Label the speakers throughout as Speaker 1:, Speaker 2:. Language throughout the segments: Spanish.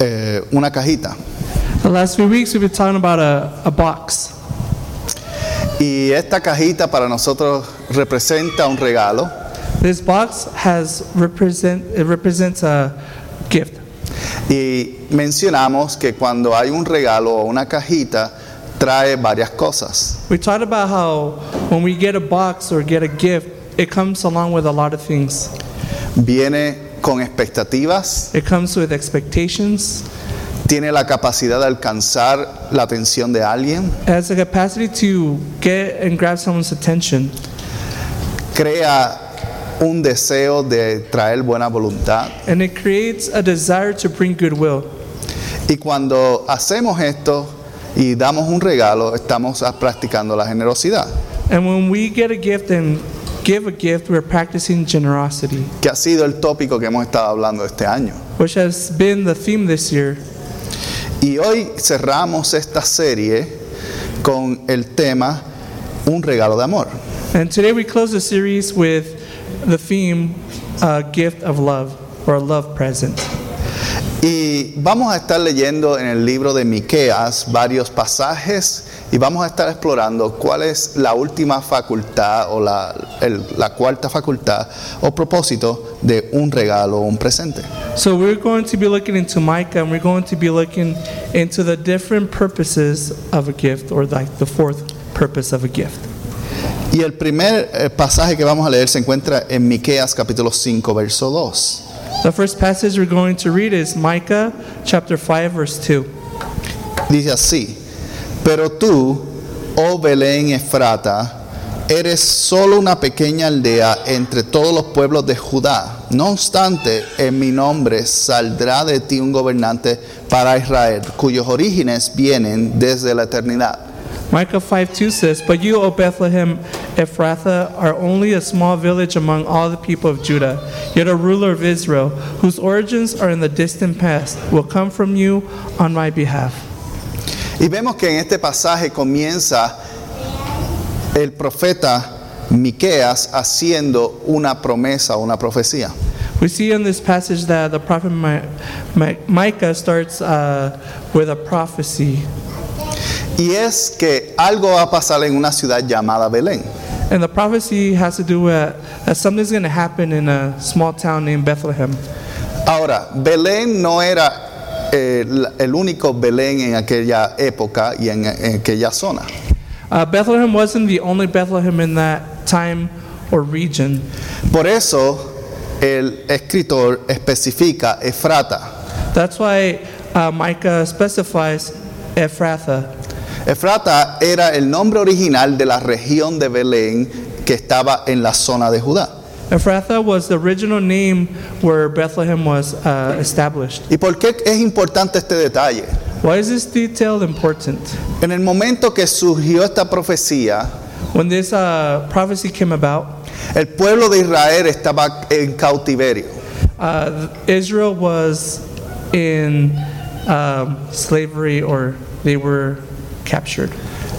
Speaker 1: eh, una cajita
Speaker 2: The last few weeks we've been talking about a, a box.
Speaker 1: y esta cajita para nosotros representa un regalo.
Speaker 2: This box has represent it represents a gift.
Speaker 1: Y mencionamos que cuando hay un regalo o una cajita, trae varias cosas.
Speaker 2: We talked about how when we get a box or get a gift, it comes along with a lot of things.
Speaker 1: Viene con expectativas,
Speaker 2: It comes with expectations,
Speaker 1: tiene la capacidad de alcanzar la atención de alguien,
Speaker 2: it has the capacity to get and grab someone's attention.
Speaker 1: crea un deseo de traer buena voluntad.
Speaker 2: And it creates a desire to bring goodwill.
Speaker 1: Y cuando hacemos esto y damos un regalo, estamos ah, practicando la generosidad,
Speaker 2: And when we get a gift and give a gift, we're practicing generosity,
Speaker 1: que ha sido el tópico que hemos estado hablando este año.
Speaker 2: which has been the theme this year.
Speaker 1: Y hoy cerramos esta serie con el tema Un regalo de amor.
Speaker 2: And today we close the series with the theme uh, gift of love or a love present.
Speaker 1: Y vamos a estar leyendo en el libro de Miqueas varios pasajes y vamos a estar explorando cuál es la última facultad o la, el- la cuarta facultad o propósito de un regalo o un presente.
Speaker 2: So we're going to be looking into Micah and we're going to be looking into the different purposes of a gift or like the fourth purpose of a gift.
Speaker 1: Y el primer eh, pasaje que vamos a leer se encuentra en Miqueas capítulo 5 verso 2.
Speaker 2: The first passage we're going to read is Micah chapter 5 verse 2.
Speaker 1: Dice así, pero tú, oh Belén Efrata, eres solo una pequeña aldea entre todos los pueblos de Judá. No obstante, en mi nombre saldrá de ti un gobernante para Israel, cuyos orígenes vienen desde la eternidad.
Speaker 2: Micah 5 2 says, But you, O Bethlehem Ephrathah, are only a small village among all the people of Judah. Yet a ruler of Israel, whose origins are in the distant past, will come from you on my behalf.
Speaker 1: Y vemos que en este pasaje comienza el profeta Miqueas haciendo una promesa, una profecía.
Speaker 2: We see in this passage that the prophet Mi- Mi- Micah starts uh, with a prophecy,
Speaker 1: Y es que algo va a pasar en una ciudad llamada Belén.
Speaker 2: and the prophecy has to do with that something's going to happen in a small town named Bethlehem.
Speaker 1: Ahora, Belén no era eh, la- el único Belén en aquella época y en, en aquella zona.
Speaker 2: Uh, Bethlehem wasn't the only Bethlehem in that time or region.
Speaker 1: Por eso el escritor especifica Efrata.
Speaker 2: That's why uh, Micah specifies Ephrathah.
Speaker 1: Efrata era el nombre original de la región de Belén que estaba en la zona de Judá.
Speaker 2: Ephrathah was the original name where Bethlehem was uh, established.
Speaker 1: ¿Y por qué es importante este detalle?
Speaker 2: Why is this detail important?
Speaker 1: En el momento que surgió esta profecía,
Speaker 2: When this uh, prophecy came about,
Speaker 1: el pueblo de Israel estaba en cautiverio.
Speaker 2: uh, Israel was in um, slavery or they were captured.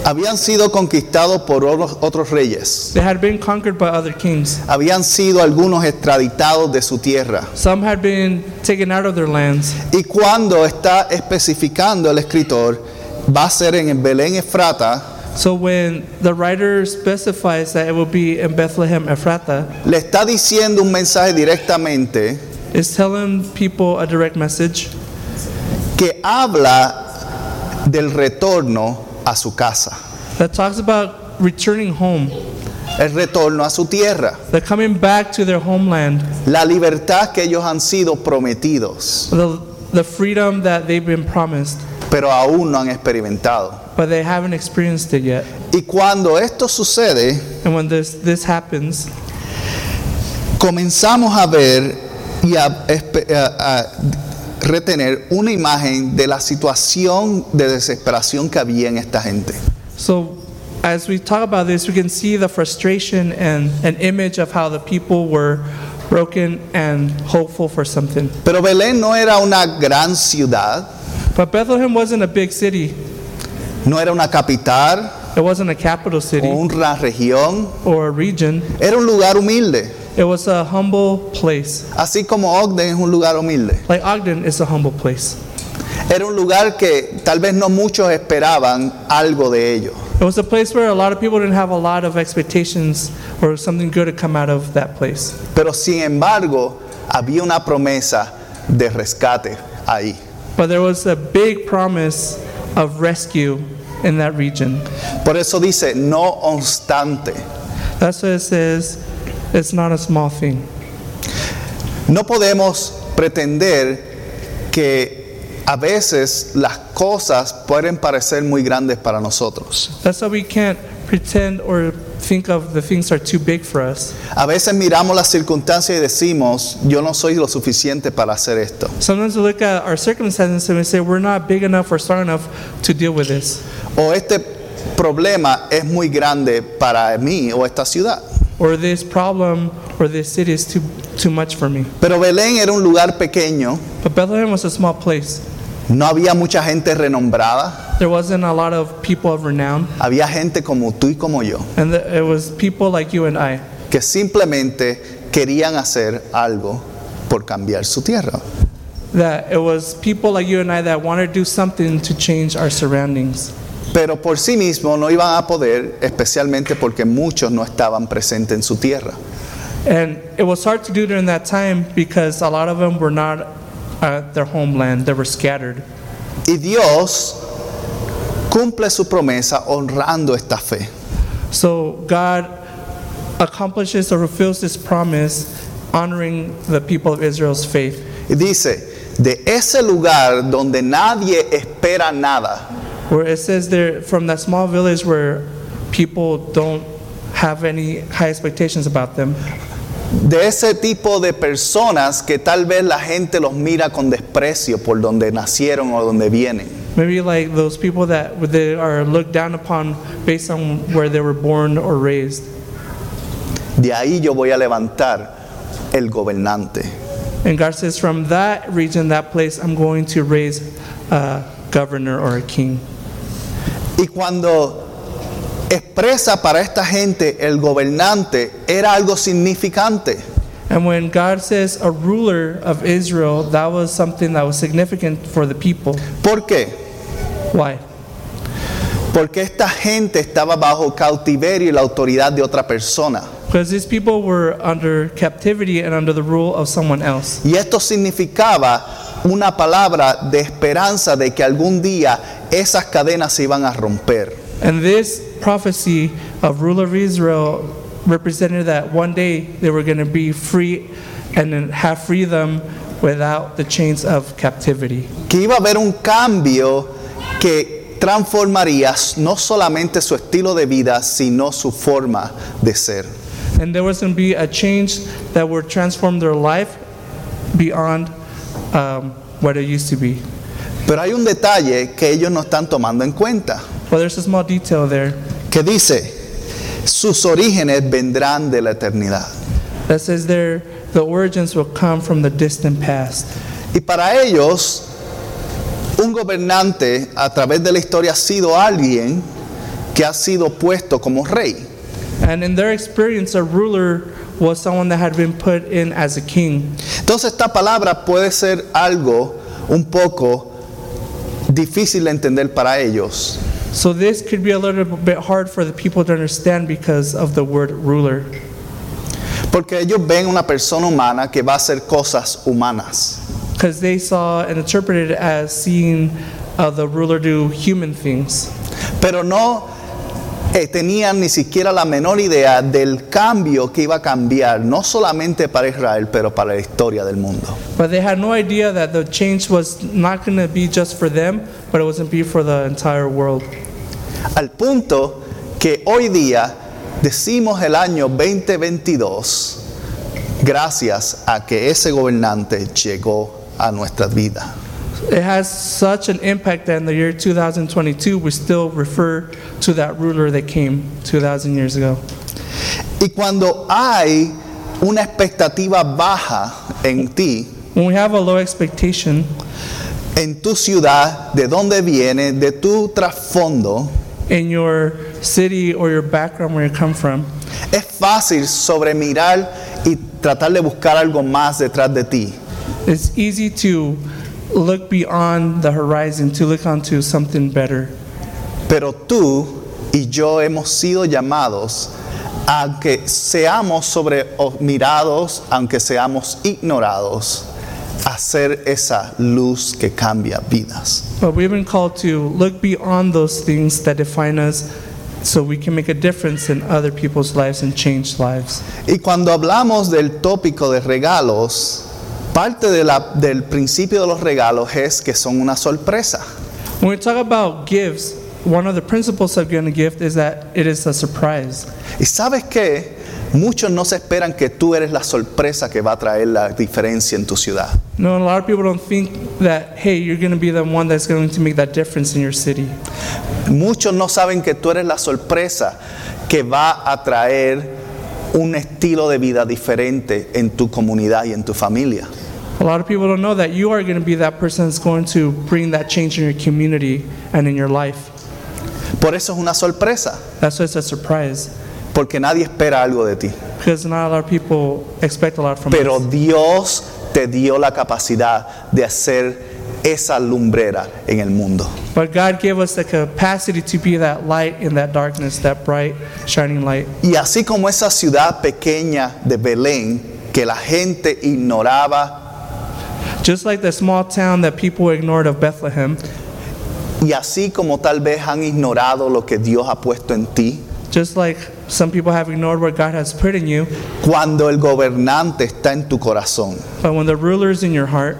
Speaker 1: Habían sido conquistados por otros- otros reyes.
Speaker 2: They had been conquered by other kings.
Speaker 1: habían sido algunos extraditados de su tierra.
Speaker 2: Some had been taken out of their lands.
Speaker 1: Y cuando está especificando el escritor, va a ser en Belén Efrata,
Speaker 2: So when the writer specifies that it will be in Bethlehem Ephrathah,
Speaker 1: le está diciendo un mensaje directamente
Speaker 2: is telling people a direct message
Speaker 1: que habla del retorno a su casa,
Speaker 2: that talks about returning home,
Speaker 1: el retorno a su tierra,
Speaker 2: they're coming back to their homeland,
Speaker 1: la libertad que ellos han sido prometidos,
Speaker 2: the, the freedom that they've been promised,
Speaker 1: pero aún no han experimentado.
Speaker 2: but they haven't experienced it yet.
Speaker 1: Y cuando esto sucede,
Speaker 2: And when this, this happens,
Speaker 1: comenzamos a ver y a, espe- a- a retener una imagen de la situación de desesperación que había en esta gente.
Speaker 2: So, as we talk about this, we can see the frustration and an image of how the people were broken and hopeful for something.
Speaker 1: Pero Belén no era una gran ciudad,
Speaker 2: But Bethlehem wasn't a big city,
Speaker 1: no era una capital
Speaker 2: it wasn't a capital
Speaker 1: o
Speaker 2: city
Speaker 1: una región,
Speaker 2: or a region,
Speaker 1: era un lugar humilde,
Speaker 2: it was a humble place.
Speaker 1: así como Ogden es un lugar humilde.
Speaker 2: Like Ogden is a humble place.
Speaker 1: Era un lugar que tal vez no muchos esperaban algo de ellos.
Speaker 2: It was a place where a lot of people didn't have a lot of expectations or something good to come out of that place.
Speaker 1: Pero sin embargo, había una promesa de rescate ahí.
Speaker 2: But there was a big promise of rescue in that region.
Speaker 1: Por eso dice, no obstante.
Speaker 2: That's what it says. It's not a small thing.
Speaker 1: No podemos pretender que a veces las cosas pueden parecer muy grandes para nosotros.
Speaker 2: That's why we can't pretend or think of the things are too big for us.
Speaker 1: A veces miramos las circunstancias y decimos, yo no soy lo suficiente para hacer esto.
Speaker 2: Sometimes we look at our circumstances and we say we're not big enough or strong enough to deal with this,
Speaker 1: O este problema es muy grande para mí o esta ciudad.
Speaker 2: or this problem or this city is too too much for me.
Speaker 1: Pero Belén era un lugar pequeño,
Speaker 2: But Bethlehem was a small place.
Speaker 1: no había mucha gente renombrada.
Speaker 2: There wasn't a lot of people of renown,
Speaker 1: Había gente como tú y como yo
Speaker 2: and th- it was people like you and I
Speaker 1: que simplemente querían hacer algo por cambiar su tierra.
Speaker 2: that it was people like you and I that want to do something to change our surroundings.
Speaker 1: Pero por sí mismo no iban a poder, especialmente porque muchos no estaban presentes en su tierra.
Speaker 2: And it was hard to do during that time because a lot of them were not at their homeland, they were scattered.
Speaker 1: Y Dios cumple su promesa honrando esta fe.
Speaker 2: So God accomplishes or fulfills this promise, honoring the people of Israel's faith.
Speaker 1: Y dice, de ese lugar donde nadie espera nada,
Speaker 2: Where it says there, from that small village where people don't have any high expectations about them,
Speaker 1: de ese tipo de personas que tal vez la gente los mira con desprecio por donde nacieron o donde vienen.
Speaker 2: maybe like those people that they are looked down upon based on where they were born or raised.
Speaker 1: De ahí yo voy a levantar el gobernante.
Speaker 2: And God says, from that region, that place, I'm going to raise a governor or a king.
Speaker 1: Y cuando expresa para esta gente el gobernante, era algo significante.
Speaker 2: And when God says a ruler of Israel, that was something that was significant for the people.
Speaker 1: ¿Por qué?
Speaker 2: Why?
Speaker 1: Porque esta gente estaba bajo cautiverio y la autoridad de otra persona.
Speaker 2: Because these people were under captivity and under the rule of someone else.
Speaker 1: Y esto significaba una palabra de esperanza de que algún día esas cadenas se iban a romper.
Speaker 2: And this prophecy of ruler of Israel represented that one day they were going to be free and then have freedom without the chains of captivity.
Speaker 1: que iba a haber un cambio que transformaría no solamente su estilo de vida, sino su forma de ser.
Speaker 2: And there was going to be a change that would transform their life beyond um, what it used to be.
Speaker 1: Pero hay un detalle que ellos no están tomando en cuenta,
Speaker 2: Well, there's a small detail there
Speaker 1: que dice, sus orígenes vendrán de la eternidad.
Speaker 2: that says there the origins will come from the distant past.
Speaker 1: Y para ellos, un gobernante a través de la historia ha sido alguien que ha sido puesto como rey.
Speaker 2: And in their experience, a ruler was someone that had been put in as a king.
Speaker 1: Entonces esta palabra puede ser algo un poco difícil de entender para ellos,
Speaker 2: So this could be a little bit hard for the people to understand because of the word ruler.
Speaker 1: porque ellos ven una persona humana que va a hacer cosas humanas.
Speaker 2: Because they saw and interpreted it as seeing uh, the ruler do human things.
Speaker 1: Pero no eh, tenían ni siquiera la menor idea del cambio que iba a cambiar, no solamente para Israel, pero para la historia del mundo.
Speaker 2: But they had no idea that the change was not going to be just for them, but it was going to be for the entire world.
Speaker 1: Al punto que hoy día decimos el año 2022 gracias a que ese gobernante llegó a nuestra vida.
Speaker 2: It has such an impact that in the year 2022, we still refer to that ruler that came 2,000 years ago.
Speaker 1: Y cuando hay una expectativa baja en ti,
Speaker 2: When we have a low expectation
Speaker 1: en tu ciudad, de dónde viene, de tu trasfondo,
Speaker 2: in your city or your background where you come from,
Speaker 1: es fácil sobremirar y tratar de buscar algo más detrás de ti.
Speaker 2: it's easy to look beyond the horizon to look onto something better.
Speaker 1: Pero tú y yo hemos sido llamados a que seamos sobre o- mirados, aunque seamos ignorados, a ser esa luz que cambia vidas.
Speaker 2: But we've been called to look beyond those things that define us so we can make a difference in other people's lives and change lives.
Speaker 1: Y cuando hablamos del tópico de regalos, parte de la- del principio de los regalos es que son una sorpresa.
Speaker 2: When we talk about gifts, one of the principles of giving a gift is that it is a surprise.
Speaker 1: Y sabes qué? Muchos no se esperan que tú eres la sorpresa que va a traer la diferencia en tu ciudad.
Speaker 2: You know, a lot of people don't think that, hey, you're going to be the one that's going to make that difference in your city.
Speaker 1: Muchos no saben que tú eres la sorpresa que va a traer un estilo de vida diferente en tu comunidad y en tu familia.
Speaker 2: A lot of people don't know that you are going to be that person that's going to bring that change in your community and in your life.
Speaker 1: Por eso es una sorpresa,
Speaker 2: That's why it's a surprise,
Speaker 1: porque nadie espera algo de ti.
Speaker 2: because not a lot of people expect a lot from
Speaker 1: Pero
Speaker 2: us.
Speaker 1: Dios te dio la capacidad de hacer esa lumbrera en el mundo.
Speaker 2: But God gave us the capacity to be that light in that darkness, that bright, shining light.
Speaker 1: Y así como esa ciudad pequeña de Belén, que la gente ignoraba,
Speaker 2: Just like the small town that people ignored of Bethlehem,
Speaker 1: y así como tal vez han ignorado lo que Dios ha puesto en ti,
Speaker 2: just like some people have ignored what God has put in you,
Speaker 1: cuando el gobernante está en tu corazón,
Speaker 2: but when the ruler's in your heart,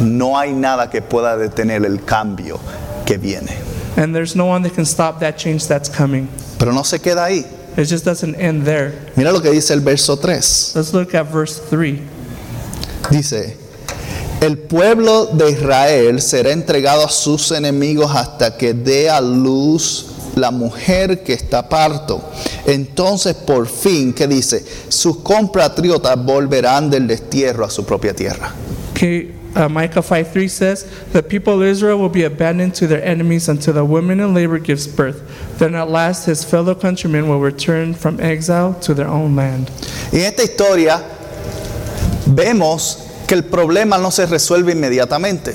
Speaker 1: no hay nada que pueda detener el cambio que viene.
Speaker 2: and there's no one that can stop that change that's coming.
Speaker 1: Pero no se queda ahí.
Speaker 2: It just doesn't end there.
Speaker 1: Mira lo que dice el verso 3.
Speaker 2: Let's look at verse 3.
Speaker 1: Dice, el pueblo de Israel será entregado a sus enemigos hasta que dé a luz la mujer que está parto. Entonces por fin, ¿qué dice? Sus compatriotas volverán del destierro a su propia tierra.
Speaker 2: Okay, uh, Micah 5 3 says, The people of Israel will be abandoned to their enemies until the woman in labor gives birth. Then at last his fellow countrymen will return from exile to their own land.
Speaker 1: En esta historia vemos que el problema no se resuelve inmediatamente.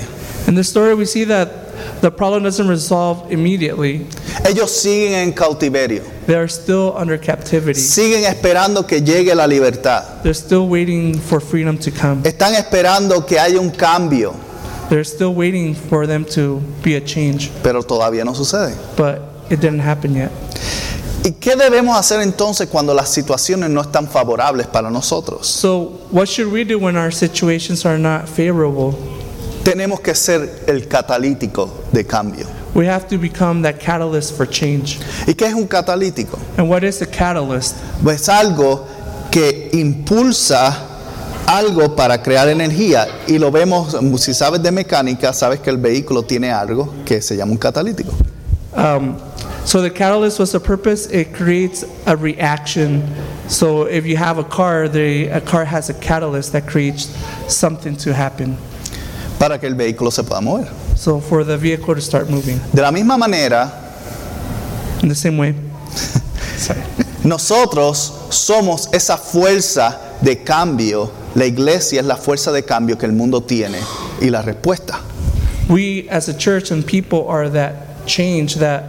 Speaker 2: In this story, we see that the problem doesn't resolve immediately,
Speaker 1: Ellos siguen en cautiverio,
Speaker 2: they are still under captivity.
Speaker 1: siguen esperando que llegue la libertad,
Speaker 2: They're still waiting for freedom to come.
Speaker 1: están esperando que haya un cambio,
Speaker 2: They're still waiting for them to be a change,
Speaker 1: pero todavía no sucede.
Speaker 2: but it didn't happen yet.
Speaker 1: ¿Y qué debemos hacer entonces cuando las situaciones no están favorables para nosotros?
Speaker 2: So, what should we do when our situations are not favorable?
Speaker 1: Tenemos que ser el catalítico de cambio.
Speaker 2: We have to become that catalyst for change.
Speaker 1: ¿Y qué es un catalítico?
Speaker 2: And what is a catalyst?
Speaker 1: Pues algo que impulsa algo para crear energía y lo vemos, si sabes de mecánica, sabes que el vehículo tiene algo que se llama un catalítico.
Speaker 2: Um, so the catalyst, what's the purpose? It creates a reaction. So if you have a car, the a car has a catalyst that creates something to happen.
Speaker 1: para que el vehículo se pueda mover.
Speaker 2: So for the vehicle to start moving.
Speaker 1: De la misma manera,
Speaker 2: In the same way. Sorry.
Speaker 1: nosotros somos esa fuerza de cambio. La iglesia es la fuerza de cambio que el mundo tiene y la respuesta.
Speaker 2: We as a church and people are that change, that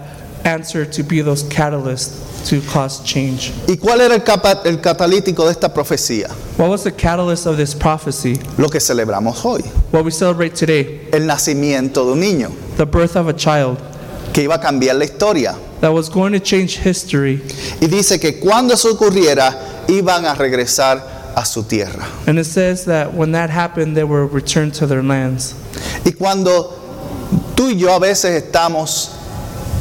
Speaker 2: answer to be those catalysts to cause change.
Speaker 1: ¿Y cuál era el, capa- el catalítico de esta profecía?
Speaker 2: What was the catalyst of this prophecy?
Speaker 1: Lo que celebramos hoy,
Speaker 2: What we celebrate today,
Speaker 1: el nacimiento de un niño
Speaker 2: the birth of a child
Speaker 1: que iba a cambiar la historia.
Speaker 2: that was going to change history.
Speaker 1: Y dice que cuando eso ocurriera, iban a regresar a su tierra.
Speaker 2: And it says that when that happened, they were returned to their lands.
Speaker 1: Y cuando tú y yo a veces estamos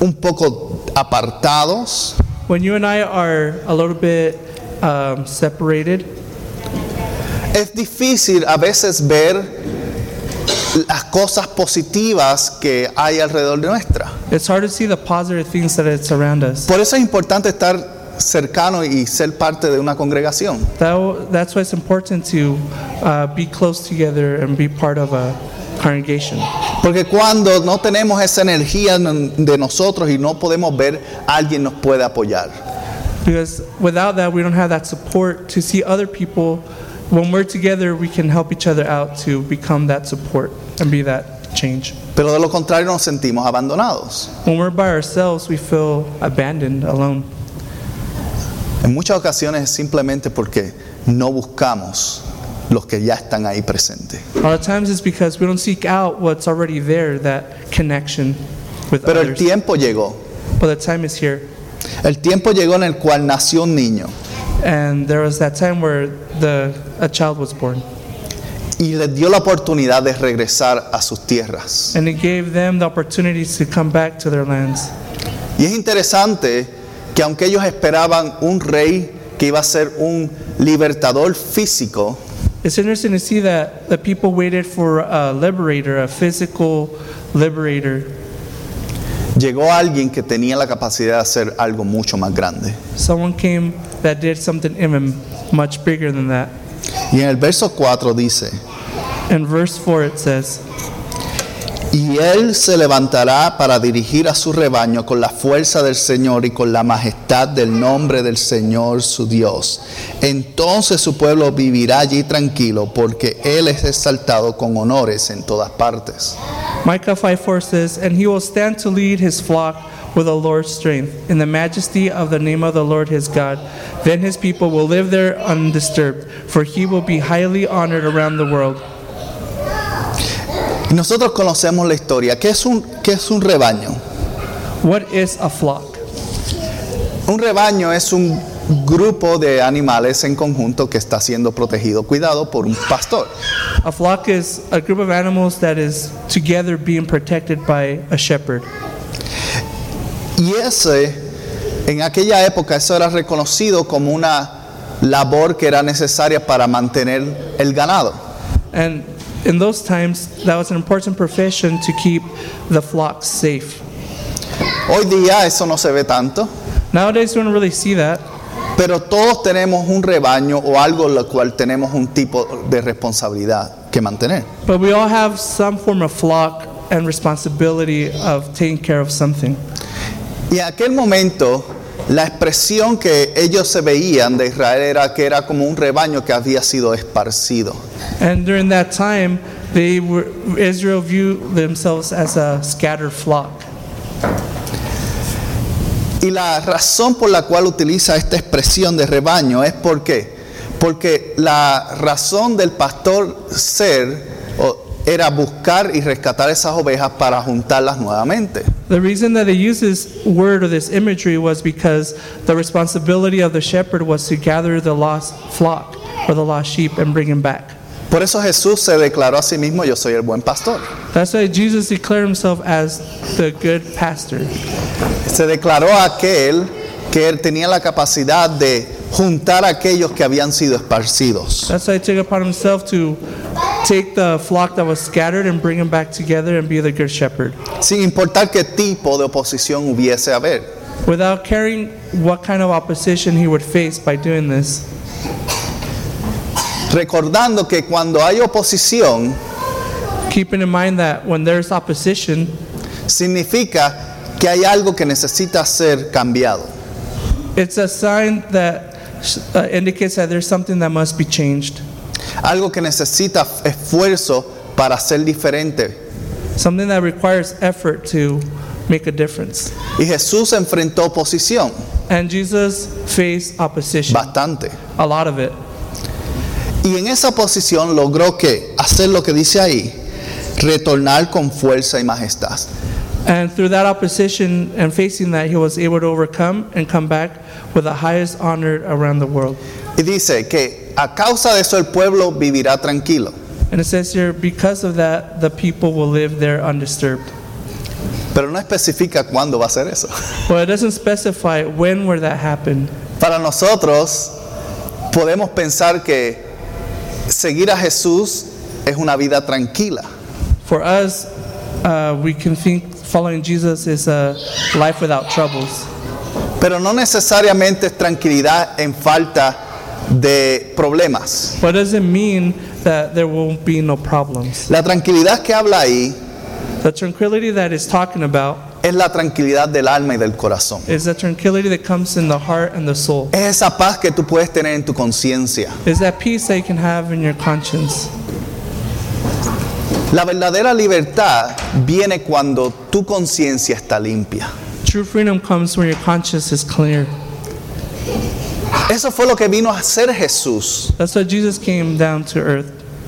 Speaker 1: un poco apartados,
Speaker 2: When you and I are a little bit um, separated,
Speaker 1: Es difícil a veces ver las cosas positivas que hay alrededor de nuestra.
Speaker 2: It's hard to see the positive things that it's around us.
Speaker 1: Por eso es importante estar cercano y ser parte de una congregación.
Speaker 2: That, that's why it's important to uh, be close together and be part of a congregation.
Speaker 1: Porque cuando no tenemos esa energía de nosotros y no podemos ver, alguien nos puede apoyar.
Speaker 2: Because without that, we don't have that support to see other people. When we're together, we can help each other out to become that support and be that change.
Speaker 1: Pero de lo contrario nos sentimos abandonados.
Speaker 2: When we're by ourselves, we feel abandoned, alone.
Speaker 1: En muchas ocasiones es simplemente porque no buscamos los que ya están ahí presentes.
Speaker 2: A lot of times it's because we don't seek out what's already there, that connection with
Speaker 1: Pero el
Speaker 2: others.
Speaker 1: tiempo llegó.
Speaker 2: But the time is here.
Speaker 1: El tiempo llegó en el cual nació un niño
Speaker 2: And there was that time where the, a child was born.
Speaker 1: y les dio la oportunidad de regresar a sus tierras.
Speaker 2: And it gave them the opportunities to come back to their lands.
Speaker 1: Y es interesante que aunque ellos esperaban un rey que iba a ser un libertador físico,
Speaker 2: It's interesting to see that the people waited for a liberator, a physical liberator,
Speaker 1: llegó alguien que tenía la capacidad de hacer algo mucho más grande.
Speaker 2: someone came that did something even much bigger than that.
Speaker 1: Y en el verso 4 dice,
Speaker 2: In verse 4, it says,
Speaker 1: y él se levantará para dirigir a su rebaño con la fuerza del Señor y con la majestad del nombre del Señor su Dios. Entonces su pueblo vivirá allí tranquilo porque él es exaltado con honores en todas partes.
Speaker 2: Micah 5 4 says, And he will stand to lead his flock with the Lord's strength, in the majesty of the name of the Lord his God. Then his people will live there undisturbed, for he will be highly honored around the world.
Speaker 1: Y Nosotros conocemos la historia. ¿Qué es un, qué es un rebaño?
Speaker 2: What is a flock?
Speaker 1: Un rebaño es un grupo de animales en conjunto que está siendo protegido, cuidado por un pastor.
Speaker 2: A flock is a group of animals that is together being protected by a shepherd.
Speaker 1: Y ese, en aquella época, eso era reconocido como una labor que era necesaria para mantener el ganado.
Speaker 2: And in those times, that was an important profession to keep the flock safe.
Speaker 1: Hoy día eso no se ve tanto,
Speaker 2: Nowadays, we don't really see that,
Speaker 1: pero todos tenemos un rebaño o algo en lo cual tenemos un tipo de responsabilidad que mantener.
Speaker 2: but we all have some form of flock and responsibility of taking care of something.
Speaker 1: Y en aquel momento, la expresión que ellos se veían de Israel era que era como un rebaño que había sido esparcido.
Speaker 2: And during that time, they were, Israel viewed themselves as a scattered flock.
Speaker 1: Y la razón por la cual utiliza esta expresión de rebaño es por qué. Porque la razón del pastor ser o, era buscar y rescatar esas ovejas para juntarlas nuevamente.
Speaker 2: The reason that they used this word or this imagery was because the responsibility of the shepherd was to gather the lost flock or the lost sheep and bring them back.
Speaker 1: Por eso Jesús se declaró a sí mismo, yo soy el buen pastor.
Speaker 2: That's why Jesus declared himself as the good pastor.
Speaker 1: Se declaró aquel que él tenía la capacidad de juntar a aquellos que habían sido esparcidos.
Speaker 2: That's why he took upon himself to take the flock that was scattered and bring them back together and be the good shepherd
Speaker 1: Sin importar qué tipo de oposición hubiese haber.
Speaker 2: without caring what kind of opposition he would face by doing this.
Speaker 1: Recordando que cuando hay oposición,
Speaker 2: Keeping in mind that when there's opposition,
Speaker 1: significa que hay algo que necesita ser cambiado.
Speaker 2: it's a sign that uh, indicates that there's something that must be changed,
Speaker 1: Algo que necesita esfuerzo para ser diferente.
Speaker 2: something that requires effort to make a difference.
Speaker 1: Y Jesús enfrentó oposición,
Speaker 2: And Jesus faced opposition,
Speaker 1: bastante.
Speaker 2: a lot of it.
Speaker 1: Y en esa oposición logró que hacer lo que dice ahí, retornar con fuerza y majestad.
Speaker 2: And through that opposition and facing that, he was able to overcome and come back with the highest honor around the world.
Speaker 1: Y dice que a causa de eso el pueblo vivirá tranquilo.
Speaker 2: And it says here, because of that, the people will live there undisturbed.
Speaker 1: Pero no especifica cuándo va a ser eso.
Speaker 2: Well, it doesn't specify when will that happen.
Speaker 1: Para nosotros podemos pensar que seguir a Jesús es una vida tranquila.
Speaker 2: For us, uh, we can think following Jesus is a life without troubles.
Speaker 1: Pero no necesariamente es tranquilidad en falta de problemas.
Speaker 2: But does it mean that there won't be no problems?
Speaker 1: La tranquilidad que habla ahí
Speaker 2: The tranquility that it's talking about
Speaker 1: es la tranquilidad del alma y del corazón.
Speaker 2: is the tranquility that comes in the heart and the soul.
Speaker 1: Es esa paz que tú puedes tener en tu conciencia.
Speaker 2: Is that peace that you can have in your conscience.
Speaker 1: La verdadera libertad viene cuando tu conciencia está limpia.
Speaker 2: True freedom comes when your conscience is clear.
Speaker 1: Eso fue lo que vino a hacer Jesús.
Speaker 2: That's why Jesus came down to earth.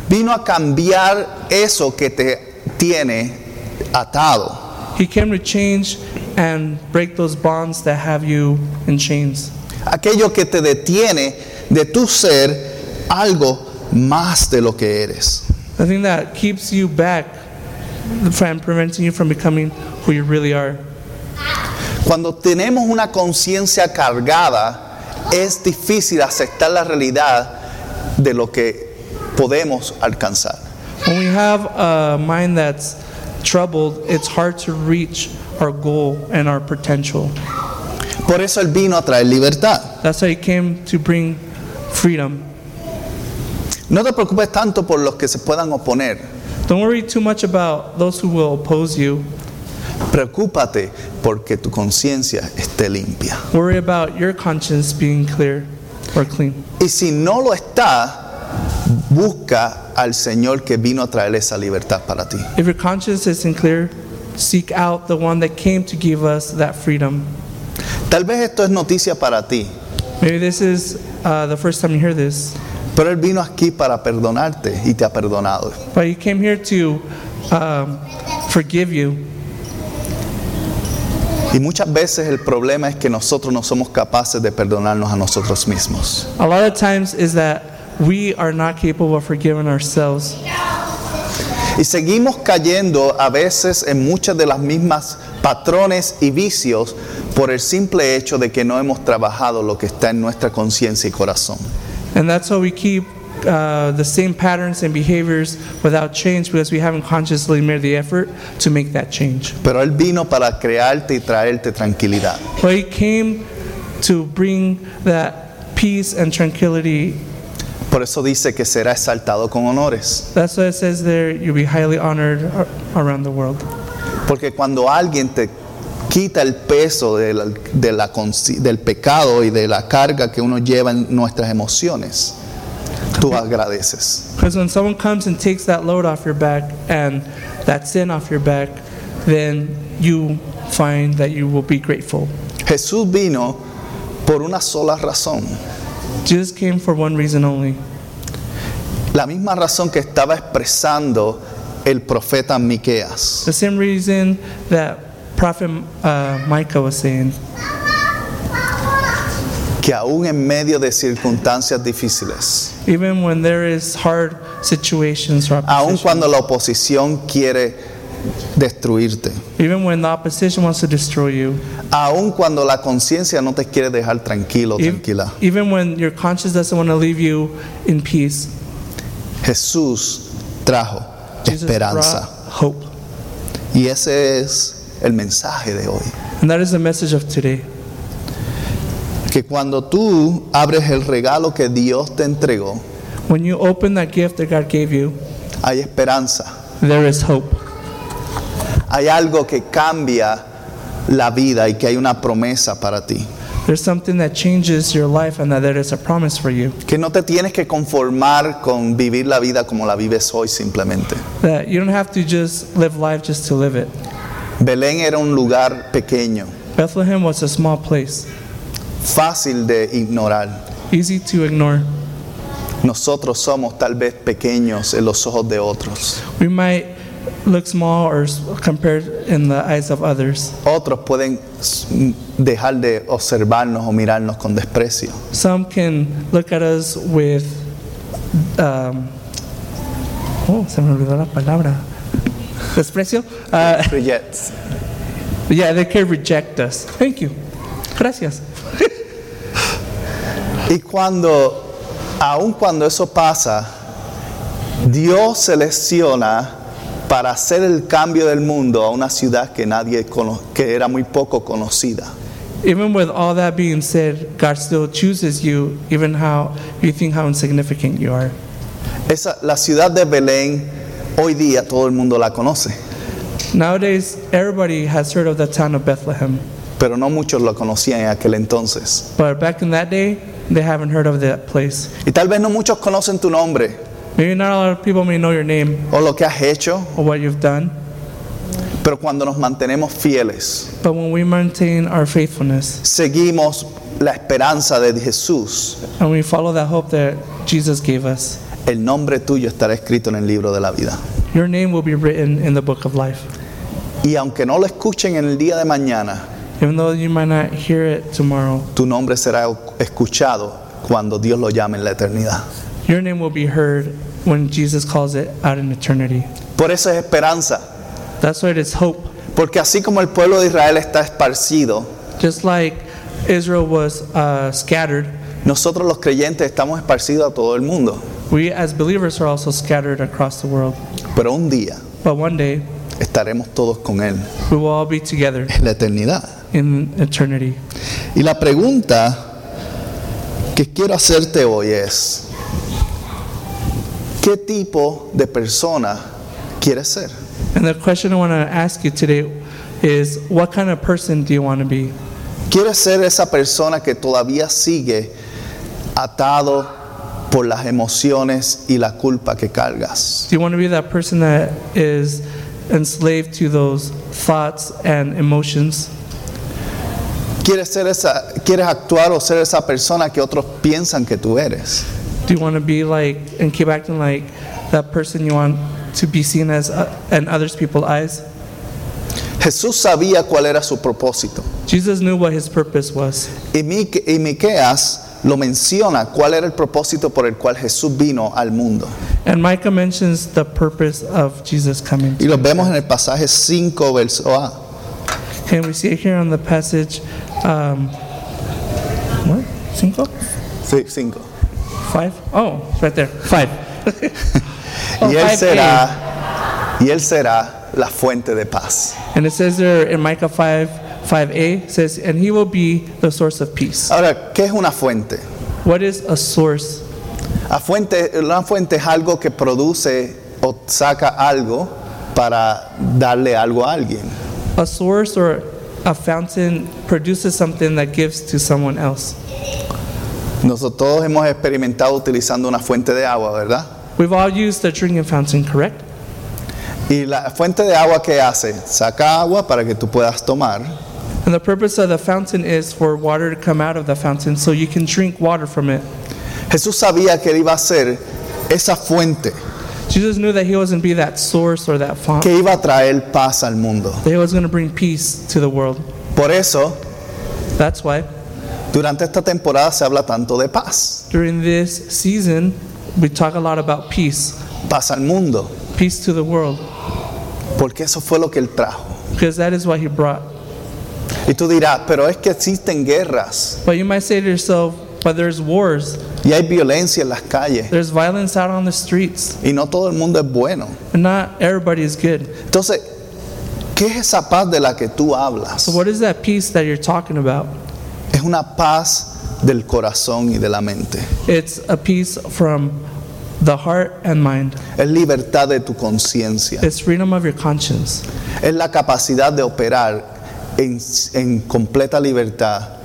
Speaker 1: Vino a cambiar eso que te tiene atado.
Speaker 2: He came to change and break those bonds that have you in chains.
Speaker 1: Aquello que te detiene de tu ser algo más de lo que eres.
Speaker 2: The thing that keeps you back from preventing you from becoming who you really are.
Speaker 1: Cuando tenemos una conciencia cargada, es difícil aceptar la realidad de lo que podemos alcanzar.
Speaker 2: When we have a mind that's troubled, it's hard to reach our goal and our potential.
Speaker 1: Por eso Él vino a traer libertad.
Speaker 2: That's why he came to bring freedom.
Speaker 1: No te preocupes tanto por los que se puedan oponer.
Speaker 2: Don't worry too much about those who will oppose you.
Speaker 1: Preocúpate porque tu conciencia esté limpia.
Speaker 2: Worry about your conscience being clear or clean.
Speaker 1: Y si no lo está, busca al Señor que vino a traer esa libertad para ti.
Speaker 2: If your conscience isn't clear, seek out the one that came to give us that freedom.
Speaker 1: Tal vez esto es noticia para ti,
Speaker 2: Maybe this is uh, the first time you hear this,
Speaker 1: pero Él vino aquí para perdonarte y te ha perdonado.
Speaker 2: but he came here to um, forgive you.
Speaker 1: Y muchas veces el problema es que nosotros no somos capaces de perdonarnos a nosotros mismos.
Speaker 2: A lot of times is that we are not capable of forgiving ourselves.
Speaker 1: Y seguimos cayendo a veces en muchas de las mismas patrones y vicios por el simple hecho de que no hemos trabajado lo que está en nuestra conciencia y corazón.
Speaker 2: And that's why we keep uh, the same patterns and behaviors without change because we haven't consciously made the effort to make that change.
Speaker 1: Pero Él vino para crearte y traerte tranquilidad.
Speaker 2: But he came to bring that peace and tranquility.
Speaker 1: Por eso dice que será exaltado con honores.
Speaker 2: That's why it says there, you'll be highly honored ar- around the world.
Speaker 1: Porque cuando alguien te quita el peso de la- de la consci- del pecado y de la carga que uno lleva en nuestras emociones, tú agradeces.
Speaker 2: Because when someone comes and takes that load off your back and that sin off your back, then you find that you will be grateful.
Speaker 1: Jesús vino por una sola razón,
Speaker 2: Jesus came for one reason only.
Speaker 1: la misma razón que estaba expresando el profeta Miqueas.
Speaker 2: The same reason that Prophet uh, Micah was saying
Speaker 1: que aún en medio de circunstancias difíciles,
Speaker 2: even when there is hard situations or
Speaker 1: aún
Speaker 2: opposition,
Speaker 1: cuando la oposición quiere destruirte,
Speaker 2: even when the opposition wants to destroy you,
Speaker 1: aún cuando la conciencia no te quiere dejar tranquilo,
Speaker 2: ev-
Speaker 1: tranquila,
Speaker 2: even when your conscience doesn't want to leave you in peace,
Speaker 1: Jesús trajo
Speaker 2: Jesus brought
Speaker 1: esperanza.
Speaker 2: hope.
Speaker 1: Y ese es el mensaje de hoy.
Speaker 2: And that is the message of today.
Speaker 1: Que cuando tú abres el regalo que Dios te entregó,
Speaker 2: When you open that gift that God gave you,
Speaker 1: hay esperanza.
Speaker 2: there is hope.
Speaker 1: Hay algo que cambia la vida y que hay una promesa para ti.
Speaker 2: There's something that changes your life and that there is a promise for you.
Speaker 1: Que no te tienes que conformar con vivir la vida como la vives hoy simplemente.
Speaker 2: That you don't have to just live life just to live it.
Speaker 1: Belén era un lugar pequeño,
Speaker 2: Bethlehem was a small place,
Speaker 1: fácil de ignorar.
Speaker 2: easy to ignore.
Speaker 1: Nosotros somos tal vez pequeños en los ojos de otros.
Speaker 2: We might look small or s- compared in the eyes of others.
Speaker 1: Otros pueden s- dejar de observarnos o mirarnos con desprecio.
Speaker 2: Some can look at us with, um, oh, se me olvidó la palabra, desprecio. Uh,
Speaker 1: Rejects.
Speaker 2: yeah, they can reject us. Thank you. Gracias.
Speaker 1: Y cuando, aun cuando eso pasa, Dios selecciona para hacer el cambio del mundo a una ciudad que nadie cono- que era muy poco conocida.
Speaker 2: Even with all that being said, God still chooses you, even how you think how insignificant you are.
Speaker 1: Esa, la ciudad de Belén hoy día todo el mundo la conoce,
Speaker 2: Nowadays, everybody has heard of the town of Bethlehem,
Speaker 1: pero no muchos la conocían en aquel entonces.
Speaker 2: but back in that day, they haven't heard of that place.
Speaker 1: Y tal vez no muchos conocen tu nombre
Speaker 2: Maybe not a lot of people may know your name
Speaker 1: o lo que has hecho,
Speaker 2: or what you've done,
Speaker 1: pero cuando nos mantenemos fieles,
Speaker 2: but when we maintain our faithfulness
Speaker 1: seguimos la esperanza de Jesús,
Speaker 2: and we follow that hope that Jesus gave us,
Speaker 1: el nombre tuyo estará escrito en el libro de la vida.
Speaker 2: your name will be written in the book of life.
Speaker 1: Y aunque no lo escuchen en el día de mañana,
Speaker 2: Even though you might not hear it tomorrow,
Speaker 1: tu nombre será escuchado cuando Dios lo llame en la eternidad.
Speaker 2: your name will be heard when Jesus calls it out in eternity.
Speaker 1: Por eso es esperanza,
Speaker 2: That's why it is hope.
Speaker 1: porque así como el pueblo de Israel está esparcido,
Speaker 2: Just like Israel was uh, scattered,
Speaker 1: nosotros los creyentes estamos esparcidos a todo el mundo.
Speaker 2: we as believers are also scattered across the world.
Speaker 1: Pero un día
Speaker 2: But one day,
Speaker 1: estaremos todos con Él
Speaker 2: we will all be together
Speaker 1: en la eternidad.
Speaker 2: in eternity.
Speaker 1: Y la pregunta que quiero hacerte hoy es, ¿qué tipo de persona quieres ser?
Speaker 2: And the question I want to ask you today is what kind of person do you want to be?
Speaker 1: ¿Quieres ser esa persona que todavía sigue atado por las emociones y la culpa que cargas?
Speaker 2: Do you want to be that person that is enslaved to those thoughts and emotions?
Speaker 1: ¿Quieres, ser esa, ¿Quieres actuar o ser esa persona que otros piensan que tú eres?
Speaker 2: Do you want to be like and keep acting like that person you want to be seen as uh, in others people's eyes?
Speaker 1: Jesús sabía cuál era su propósito.
Speaker 2: Jesus knew what his purpose was.
Speaker 1: Y, Mi- y Miqueas lo menciona cuál era el propósito por el cual Jesús vino al mundo.
Speaker 2: And Micah mentions the purpose of Jesus coming.
Speaker 1: Y los vemos en el pasaje 5, verso A.
Speaker 2: Can we see it here on the passage? Um, what? Cinco?
Speaker 1: Sí, 5.
Speaker 2: Five? Oh, it's right there. Five. Oh,
Speaker 1: Y él
Speaker 2: 5A.
Speaker 1: será, y él será la fuente de paz.
Speaker 2: And it says there in Micah 5, 5a, says, And he will be the source of peace.
Speaker 1: Ahora, ¿qué es una fuente?
Speaker 2: What is a source?
Speaker 1: La fuente, una fuente es algo que produce o saca algo para darle algo a alguien.
Speaker 2: A source or a fountain produces something that gives to someone else.
Speaker 1: Nosotros todos hemos experimentado utilizando una fuente de agua, ¿verdad?
Speaker 2: We've all used the drinking fountain, correct?
Speaker 1: Y la fuente de agua que hace, saca agua para que tú puedas tomar,
Speaker 2: And the purpose of the fountain is for water to come out of the fountain so you can drink water from it.
Speaker 1: Jesús sabía que él iba a ser esa fuente
Speaker 2: Jesus knew that he wasn't be that source or that font.
Speaker 1: que iba a traer paz al mundo.
Speaker 2: That he was going to bring peace to the world.
Speaker 1: Por eso,
Speaker 2: That's why
Speaker 1: durante esta temporada se habla tanto de paz,
Speaker 2: during this season we talk a lot about peace,
Speaker 1: paz al mundo,
Speaker 2: peace to the world,
Speaker 1: porque eso fue lo que él trajo.
Speaker 2: because that is what he brought.
Speaker 1: Y tú dirás, pero es que existen guerras
Speaker 2: But you might say to yourself, but there's wars,
Speaker 1: y hay violencia en las calles
Speaker 2: there's violence out on the streets,
Speaker 1: y no todo el mundo es bueno.
Speaker 2: and not everybody is good.
Speaker 1: Entonces, ¿qué es esa paz de la que tú hablas?
Speaker 2: So what is that peace that you're talking about?
Speaker 1: Es una paz del corazón y de la mente.
Speaker 2: It's a peace from the heart and mind.
Speaker 1: Es libertad de tu conciencia.
Speaker 2: It's freedom of your conscience.
Speaker 1: es la capacidad de operar en, en completa libertad,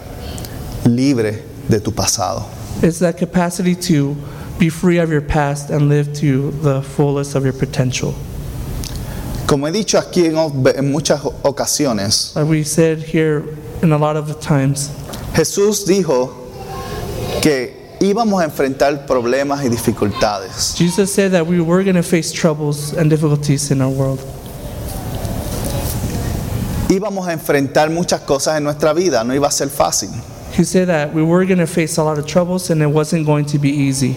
Speaker 1: libre de tu pasado.
Speaker 2: It's that capacity to be free of your past and live to the fullest of your potential.
Speaker 1: Como he dicho aquí en, o- en muchas ocasiones,
Speaker 2: Like we said here in a lot of the times,
Speaker 1: Jesús dijo que íbamos a enfrentar problemas y dificultades,
Speaker 2: Jesus said that we were going to face troubles and difficulties in our world.
Speaker 1: íbamos a enfrentar muchas cosas en nuestra vida, no iba a ser fácil,
Speaker 2: He said that we were going to face a lot of troubles and it wasn't going to be easy.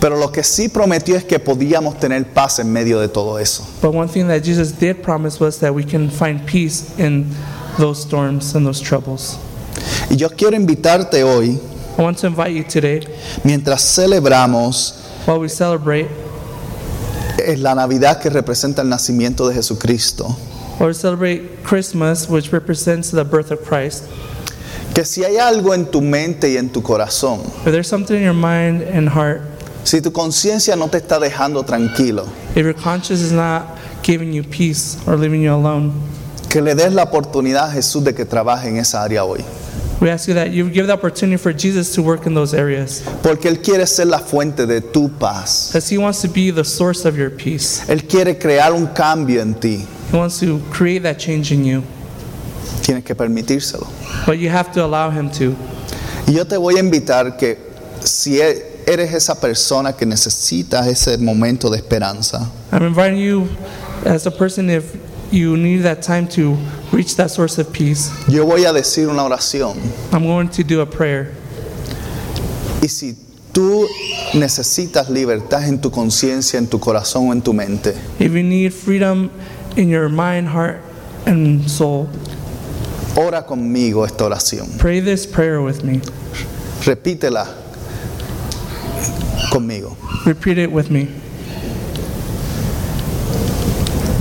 Speaker 1: pero lo que sí prometió es que podíamos tener paz en medio de todo eso.
Speaker 2: But one thing that Jesus did promise was that we can find peace in those storms and those troubles.
Speaker 1: Y yo quiero invitarte hoy,
Speaker 2: I want to invite you today,
Speaker 1: mientras celebramos
Speaker 2: while we celebrate
Speaker 1: es la Navidad que representa el nacimiento de Jesucristo.
Speaker 2: or celebrate Christmas, which represents the birth of Christ,
Speaker 1: Que si hay algo en tu mente y en tu corazón,
Speaker 2: if there's something in your mind and heart,
Speaker 1: si tu conciencia no te está dejando tranquilo,
Speaker 2: if your conscience is not giving you peace or leaving you alone,
Speaker 1: que le des la oportunidad a Jesús de que trabaje en esa área hoy.
Speaker 2: we ask you that you give the opportunity for Jesus to work in those areas,
Speaker 1: Porque Él quiere ser la fuente de tu paz.
Speaker 2: as He wants to be the source of your peace.
Speaker 1: Él quiere crear un cambio en ti.
Speaker 2: He wants to create that change in you,
Speaker 1: Tienes que permitírselo.
Speaker 2: but you have to allow Him to.
Speaker 1: Y yo te voy a invitar que si e- eres esa persona que necesitas ese momento de esperanza,
Speaker 2: I'm inviting you, as a person, if you need that time to reach that source of peace,
Speaker 1: yo voy a decir una oración.
Speaker 2: I'm going to do a prayer.
Speaker 1: Y si tú necesitas libertad en tu conciencia, en tu corazón o en tu mente,
Speaker 2: If you need freedom in your mind, heart, and soul,
Speaker 1: ora conmigo esta oración.
Speaker 2: pray this prayer with me.
Speaker 1: Repítela conmigo.
Speaker 2: Repeat it with me.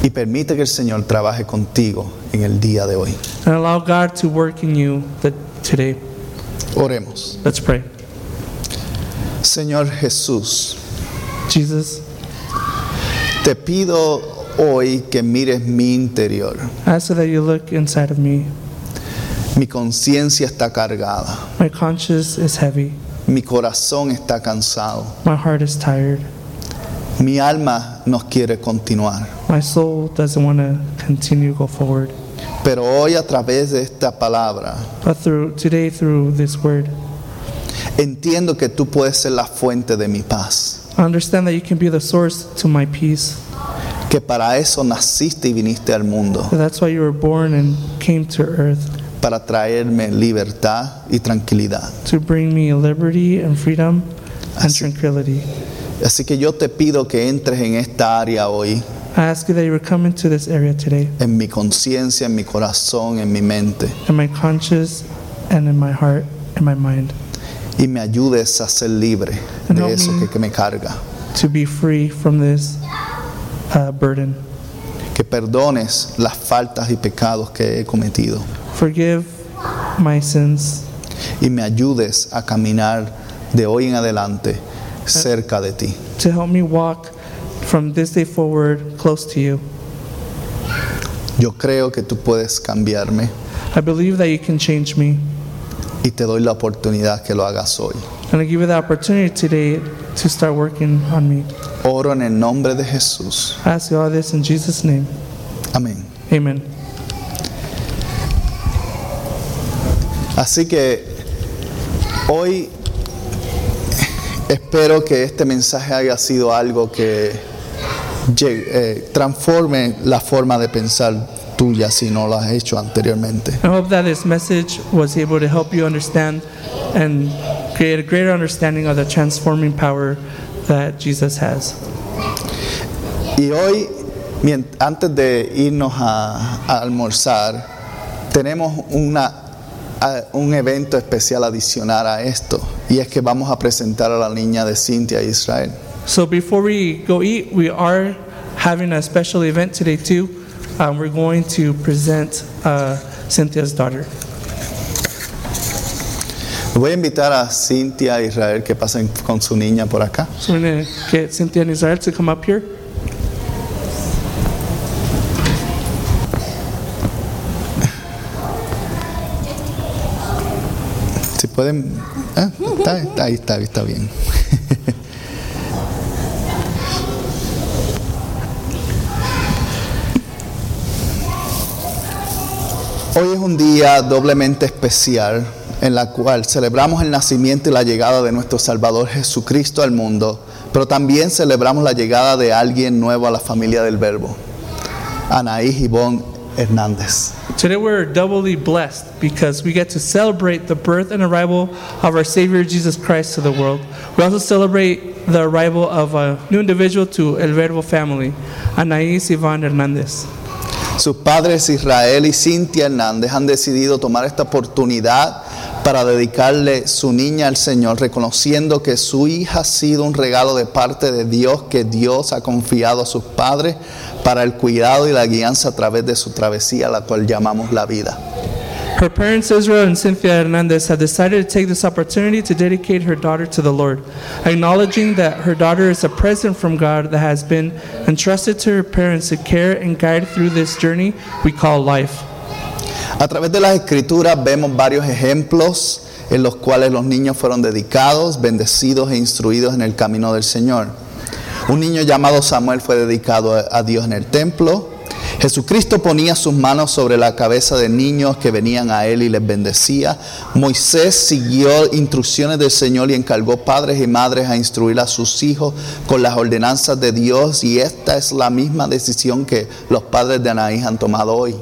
Speaker 1: Y permite que el Señor trabaje contigo en el día de hoy.
Speaker 2: And allow God to work in you that today.
Speaker 1: Oremos.
Speaker 2: Let's pray.
Speaker 1: Señor Jesús,
Speaker 2: Jesus,
Speaker 1: te pido hoy que mires mi interior.
Speaker 2: I ask that you look inside of me.
Speaker 1: Mi conciencia está cargada.
Speaker 2: My conscience is heavy.
Speaker 1: Mi corazón está cansado.
Speaker 2: My heart is tired.
Speaker 1: Mi alma no quiere continuar.
Speaker 2: My soul doesn't want to continue to go forward.
Speaker 1: Pero hoy a través de esta palabra
Speaker 2: But through today, through this word,
Speaker 1: entiendo que tú puedes ser la fuente de mi paz.
Speaker 2: I understand that you can be the source to my peace.
Speaker 1: Que para eso naciste y viniste al mundo.
Speaker 2: That That's why you were born and came to earth
Speaker 1: Para traerme libertad y tranquilidad.
Speaker 2: to bring me liberty and freedom and
Speaker 1: Así-
Speaker 2: tranquility.
Speaker 1: Así que yo te pido que entres en esta área hoy.
Speaker 2: I ask you that you would come into this area today,
Speaker 1: En mi conciencia, en mi corazón, en mi mente.
Speaker 2: in my conscience and in my heart and my mind,
Speaker 1: y me ayudes a ser libre
Speaker 2: No.
Speaker 1: de eso que, que me carga.
Speaker 2: to be free from this uh, burden.
Speaker 1: Que perdones las faltas y pecados que he cometido
Speaker 2: Forgive my sins
Speaker 1: y me ayudes a caminar de hoy en adelante cerca de ti.
Speaker 2: to help me walk from this day forward close to you.
Speaker 1: Yo creo que tú puedes cambiarme
Speaker 2: I believe that you can change me,
Speaker 1: y te doy la oportunidad que lo hagas hoy.
Speaker 2: and I give you the opportunity today to start working on me.
Speaker 1: Oro en el nombre de Jesús.
Speaker 2: I ask you all this in Jesus' name.
Speaker 1: Amén.
Speaker 2: Amen.
Speaker 1: Así que hoy espero que este mensaje haya sido algo que lle- eh, transforme la forma de pensar tuya si no lo has hecho anteriormente.
Speaker 2: I hope that this message was able to help you understand and create a greater understanding of the transforming power that Jesus has.
Speaker 1: Y hoy, mien- antes de irnos a, a almorzar, tenemos una- a- un evento especial adicional a esto, y es que vamos a presentar a la niña de Cintia Israel.
Speaker 2: So before we go eat, we are having a special event today too. Um, we're going to present uh, Cynthia's daughter.
Speaker 1: Voy a invitar a Cintia Israel que pasen con su niña por acá.
Speaker 2: So we're going to get Cynthia and Israel to come up here.
Speaker 1: Si pueden. ah, está, está ahí, está, está bien. Hoy es un día doblemente especial en la cual celebramos el nacimiento y la llegada de nuestro Salvador Jesucristo al mundo, pero también celebramos la llegada de alguien nuevo a la familia del Verbo, Anaí Gibón Hernández.
Speaker 2: Today we're doubly blessed because we get to celebrate the birth and arrival of our Savior Jesus Christ to the world. We also celebrate the arrival of a new individual to El Verbo family, Anaís Iván Hernández.
Speaker 1: Sus padres Israel y Cintia Hernández han decidido tomar esta oportunidad para dedicarle su niña al Señor, reconociendo que su hija ha sido un regalo de parte de Dios que Dios ha confiado a sus padres para el cuidado y la guianza a través de su travesía, la cual llamamos la vida.
Speaker 2: Her parents, Israel and Cynthia Hernandez, have decided to take this opportunity to dedicate her daughter to the Lord, acknowledging that her daughter is a present from God that has been entrusted to her parents to care and guide through this journey we call life.
Speaker 1: A través de las escrituras vemos varios ejemplos en los cuales los niños fueron dedicados, bendecidos e instruidos en el camino del Señor. Un niño llamado Samuel fue dedicado a- a Dios en el templo. Jesucristo ponía sus manos sobre la cabeza de niños que venían a él y les bendecía. Moisés siguió instrucciones del Señor y encargó padres y madres a instruir a sus hijos con las ordenanzas de Dios y esta es la misma decisión que los padres de Anaís han tomado hoy.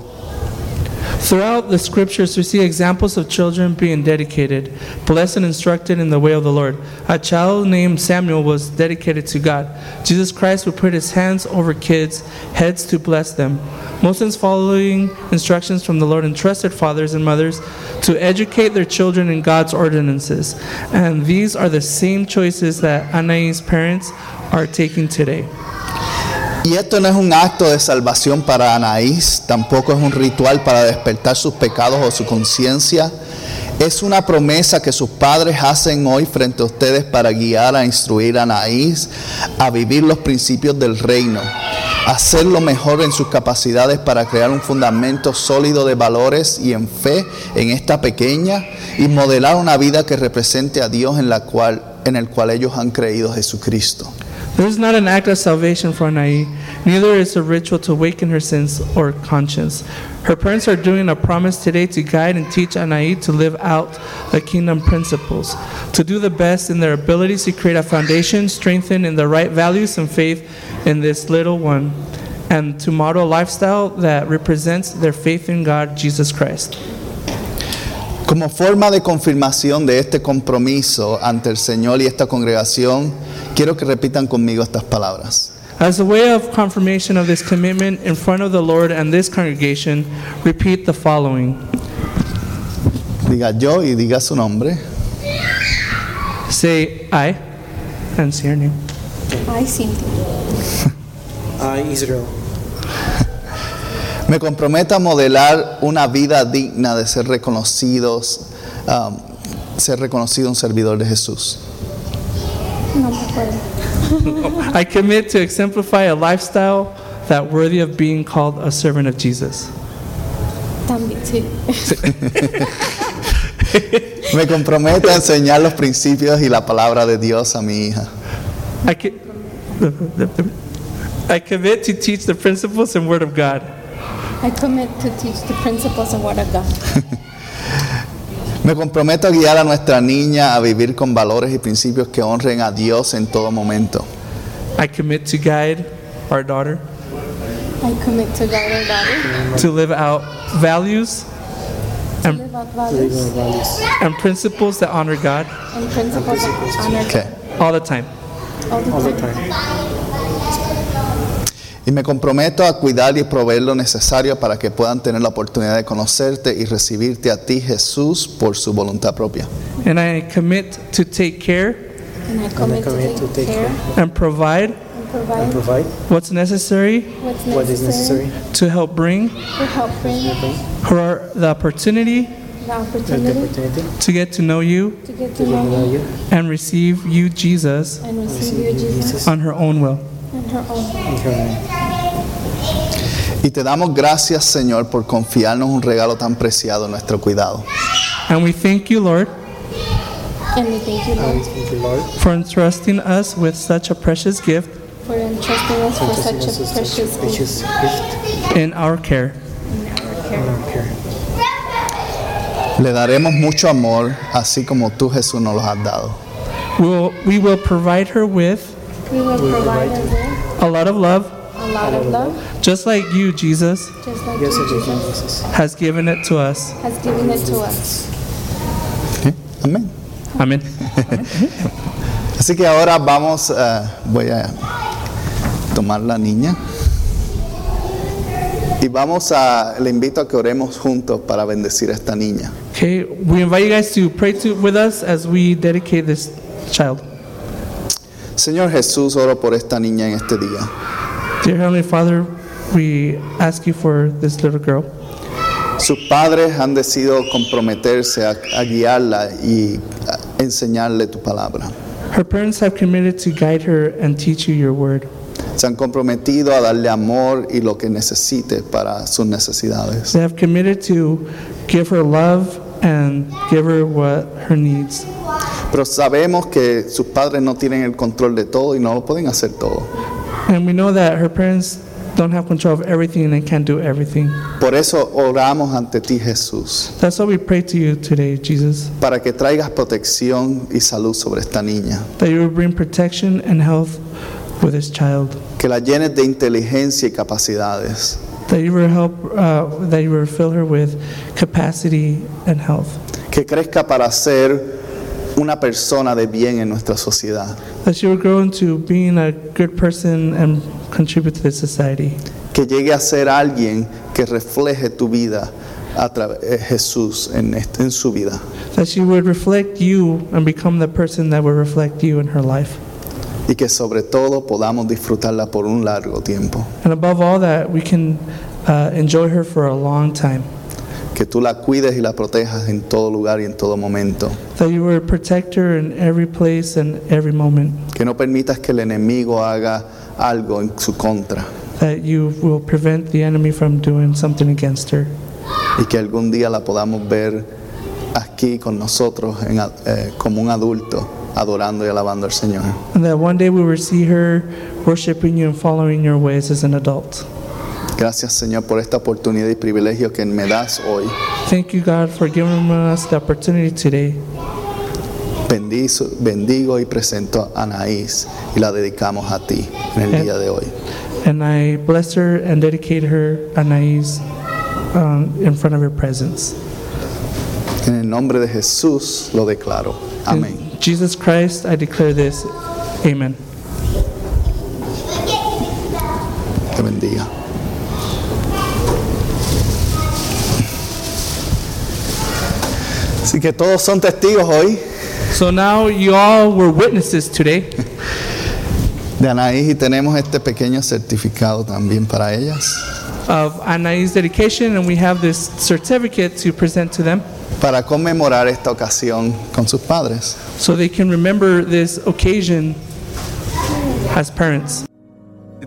Speaker 2: Throughout the scriptures, we see examples of children being dedicated, blessed, and instructed in the way of the Lord. A child named Samuel was dedicated to God. Jesus Christ would put his hands over kids' heads to bless them. Moses, following instructions from the Lord, entrusted fathers and mothers to educate their children in God's ordinances. And these are the same choices that Anais' parents are taking today.
Speaker 1: Y esto no es un acto de salvación para Anaís, tampoco es un ritual para despertar sus pecados o su conciencia. Es una promesa que sus padres hacen hoy frente a ustedes para guiar a instruir a Anaís a vivir los principios del reino, hacer lo mejor en sus capacidades para crear un fundamento sólido de valores y en fe en esta pequeña y modelar una vida que represente a Dios en la cual en el cual ellos han creído Jesucristo.
Speaker 2: This is not an act of salvation for Anai, neither is a ritual to awaken her sins or conscience. Her parents are doing a promise today to guide and teach Anai to live out the kingdom principles, to do the best in their abilities to create a foundation strengthened in the right values and faith in this little one, and to model a lifestyle that represents their faith in God, Jesus Christ.
Speaker 1: Como forma de confirmación de este compromiso ante el Señor y esta congregación, quiero que repitan conmigo estas palabras.
Speaker 2: As a way of confirmation of this commitment in front of the Lord and this congregation, repeat the following.
Speaker 1: Diga yo y diga su nombre.
Speaker 2: Say I and say your name.
Speaker 3: I, Cynthia,
Speaker 4: I, Uh, Israel,
Speaker 1: Me comprometo a modelar una vida digna de ser reconocidos, um, ser reconocido un servidor de Jesús.
Speaker 3: no me acuerdo.
Speaker 2: I commit to exemplify a lifestyle that worthy of being called a servant of Jesus.
Speaker 3: También, sí.
Speaker 1: Me comprometo a enseñar los principios y la palabra de Dios a mi hija.
Speaker 2: I, co- I commit to teach the principles and word of God.
Speaker 3: I commit to teach the principles of what I got.
Speaker 1: Me comprometo a guiar a nuestra niña a vivir con valores y principios que honren a Dios en todo momento.
Speaker 2: I commit to guide our daughter
Speaker 3: I commit to God and daughter
Speaker 2: to live out values
Speaker 3: to live out values
Speaker 2: and principles that honor God
Speaker 3: and principles of honor
Speaker 1: Okay.
Speaker 2: all the time.
Speaker 3: all the
Speaker 4: all the
Speaker 3: time.
Speaker 4: time.
Speaker 1: Y me comprometo a cuidar y proveer lo necesario para que puedan tener la oportunidad de conocerte y recibirte a ti, Jesús, por su voluntad propia.
Speaker 2: And I commit to take care
Speaker 3: And I commit
Speaker 4: commit
Speaker 3: to take care
Speaker 2: and provide
Speaker 3: and provide
Speaker 4: and provide
Speaker 2: what's necessary
Speaker 3: what's
Speaker 4: what is
Speaker 3: necessary
Speaker 4: necessary
Speaker 2: to help bring
Speaker 3: to help bring
Speaker 2: her the opportunity
Speaker 3: the
Speaker 4: and the
Speaker 3: opportunity
Speaker 4: opportunity
Speaker 2: to get to know you
Speaker 3: to get to
Speaker 4: to know
Speaker 3: know Him
Speaker 4: you,
Speaker 2: and receive you, Jesus,
Speaker 3: and receive
Speaker 4: receive
Speaker 3: you,
Speaker 4: you,
Speaker 3: Jesus,
Speaker 4: Jesus,
Speaker 2: on her own will.
Speaker 3: and her own.
Speaker 4: in your name.
Speaker 1: Y te damos gracias, Señor, por confiarnos un regalo tan preciado en nuestro cuidado.
Speaker 2: And we thank you, Lord,
Speaker 3: And we thank you,
Speaker 4: And we
Speaker 3: Lord,
Speaker 4: thank you, Lord,
Speaker 2: for entrusting us with such a precious gift
Speaker 3: for entrusting us for
Speaker 4: for
Speaker 3: such
Speaker 4: such
Speaker 3: a precious gift
Speaker 4: precious gift
Speaker 2: in our care.
Speaker 3: in our
Speaker 4: in
Speaker 3: care.
Speaker 4: our care.
Speaker 1: Le daremos mucho amor, así como tú, Jesús, nos los has dado.
Speaker 2: We'll, we will provide her with
Speaker 3: We will provide her with
Speaker 2: a lot of love,
Speaker 3: a lot of love,
Speaker 2: just like you, Jesus,
Speaker 3: just like
Speaker 4: Yes,
Speaker 3: you,
Speaker 4: it is
Speaker 3: Jesus,
Speaker 4: in Jesus.
Speaker 2: has given it to us.
Speaker 3: has given it to us.
Speaker 1: ¿Eh? Amén.
Speaker 2: Amen.
Speaker 1: Así que ahora vamos, eh, voy a tomar la niña. Y vamos a, le invito a que oremos juntos para bendecir a esta niña.
Speaker 2: Okay, we invite you guys to pray to, with us as we dedicate this child.
Speaker 1: Señor Jesús, oro por esta niña en este día.
Speaker 2: Dear Heavenly Father, we ask you for this little girl.
Speaker 1: Sus padres han decidido comprometerse a, a guiarla y a enseñarle tu palabra.
Speaker 2: Her parents have committed to guide her and teach you your word.
Speaker 1: Se han comprometido a darle amor y lo que necesite para sus necesidades.
Speaker 2: They have committed to give her love and give her what her needs.
Speaker 1: Pero sabemos que sus padres no tienen el control de todo y no lo pueden hacer todo.
Speaker 2: And we know that her parents don't have control of everything and can't do everything.
Speaker 1: Por eso oramos ante ti, Jesús,
Speaker 2: That's why we pray to you today, Jesus,
Speaker 1: para que traigas protección y salud sobre esta niña,
Speaker 2: that you will bring protection and health with this child,
Speaker 1: que la llenes de inteligencia y capacidades,
Speaker 2: that you will help, uh, that you will fill her with capacity and health,
Speaker 1: que crezca para ser una persona de bien en nuestra sociedad,
Speaker 2: that she will grow into being a good person and contribute to the society,
Speaker 1: que llegue a ser alguien que refleje tu vida a través de Jesús en, este- en su vida.
Speaker 2: that she would reflect you and become the person that will reflect you in her life.
Speaker 1: y que sobre todo podamos disfrutarla por un largo tiempo.
Speaker 2: And above all that, we can uh, enjoy her for a long time.
Speaker 1: Que tú la cuides y la protejas en todo lugar y en todo momento.
Speaker 2: That you will protect her in every place and every moment.
Speaker 1: Que no permitas que el enemigo haga algo en su contra
Speaker 2: That you will prevent the enemy from doing something against her.
Speaker 1: y que algún día la podamos ver aquí con nosotros en a- eh, como un adulto adorando y alabando al Señor.
Speaker 2: And that one day we will see her worshiping you and following your ways as an adult.
Speaker 1: Gracias Señor por esta oportunidad y privilegio que me das hoy.
Speaker 2: Thank you, God, for giving us the opportunity today.
Speaker 1: Bendizo, bendigo y presento a Anaís y la dedicamos a ti en el día de hoy.
Speaker 2: And I bless her and dedicate her, Anais, um, in front of your presence.
Speaker 1: En el nombre de Jesús lo declaro. Amén.
Speaker 2: In Jesus Christ, I declare this. Amen.
Speaker 1: Te bendiga. Así que todos son testigos hoy
Speaker 2: So now you all were witnesses today.
Speaker 1: de Anaís y tenemos este pequeño certificado también para ellas.
Speaker 2: of Anais dedication, and we have this certificate to present to them
Speaker 1: Para conmemorar esta ocasión con sus padres.
Speaker 2: so they can remember this occasion as parents.
Speaker 1: Si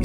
Speaker 1: y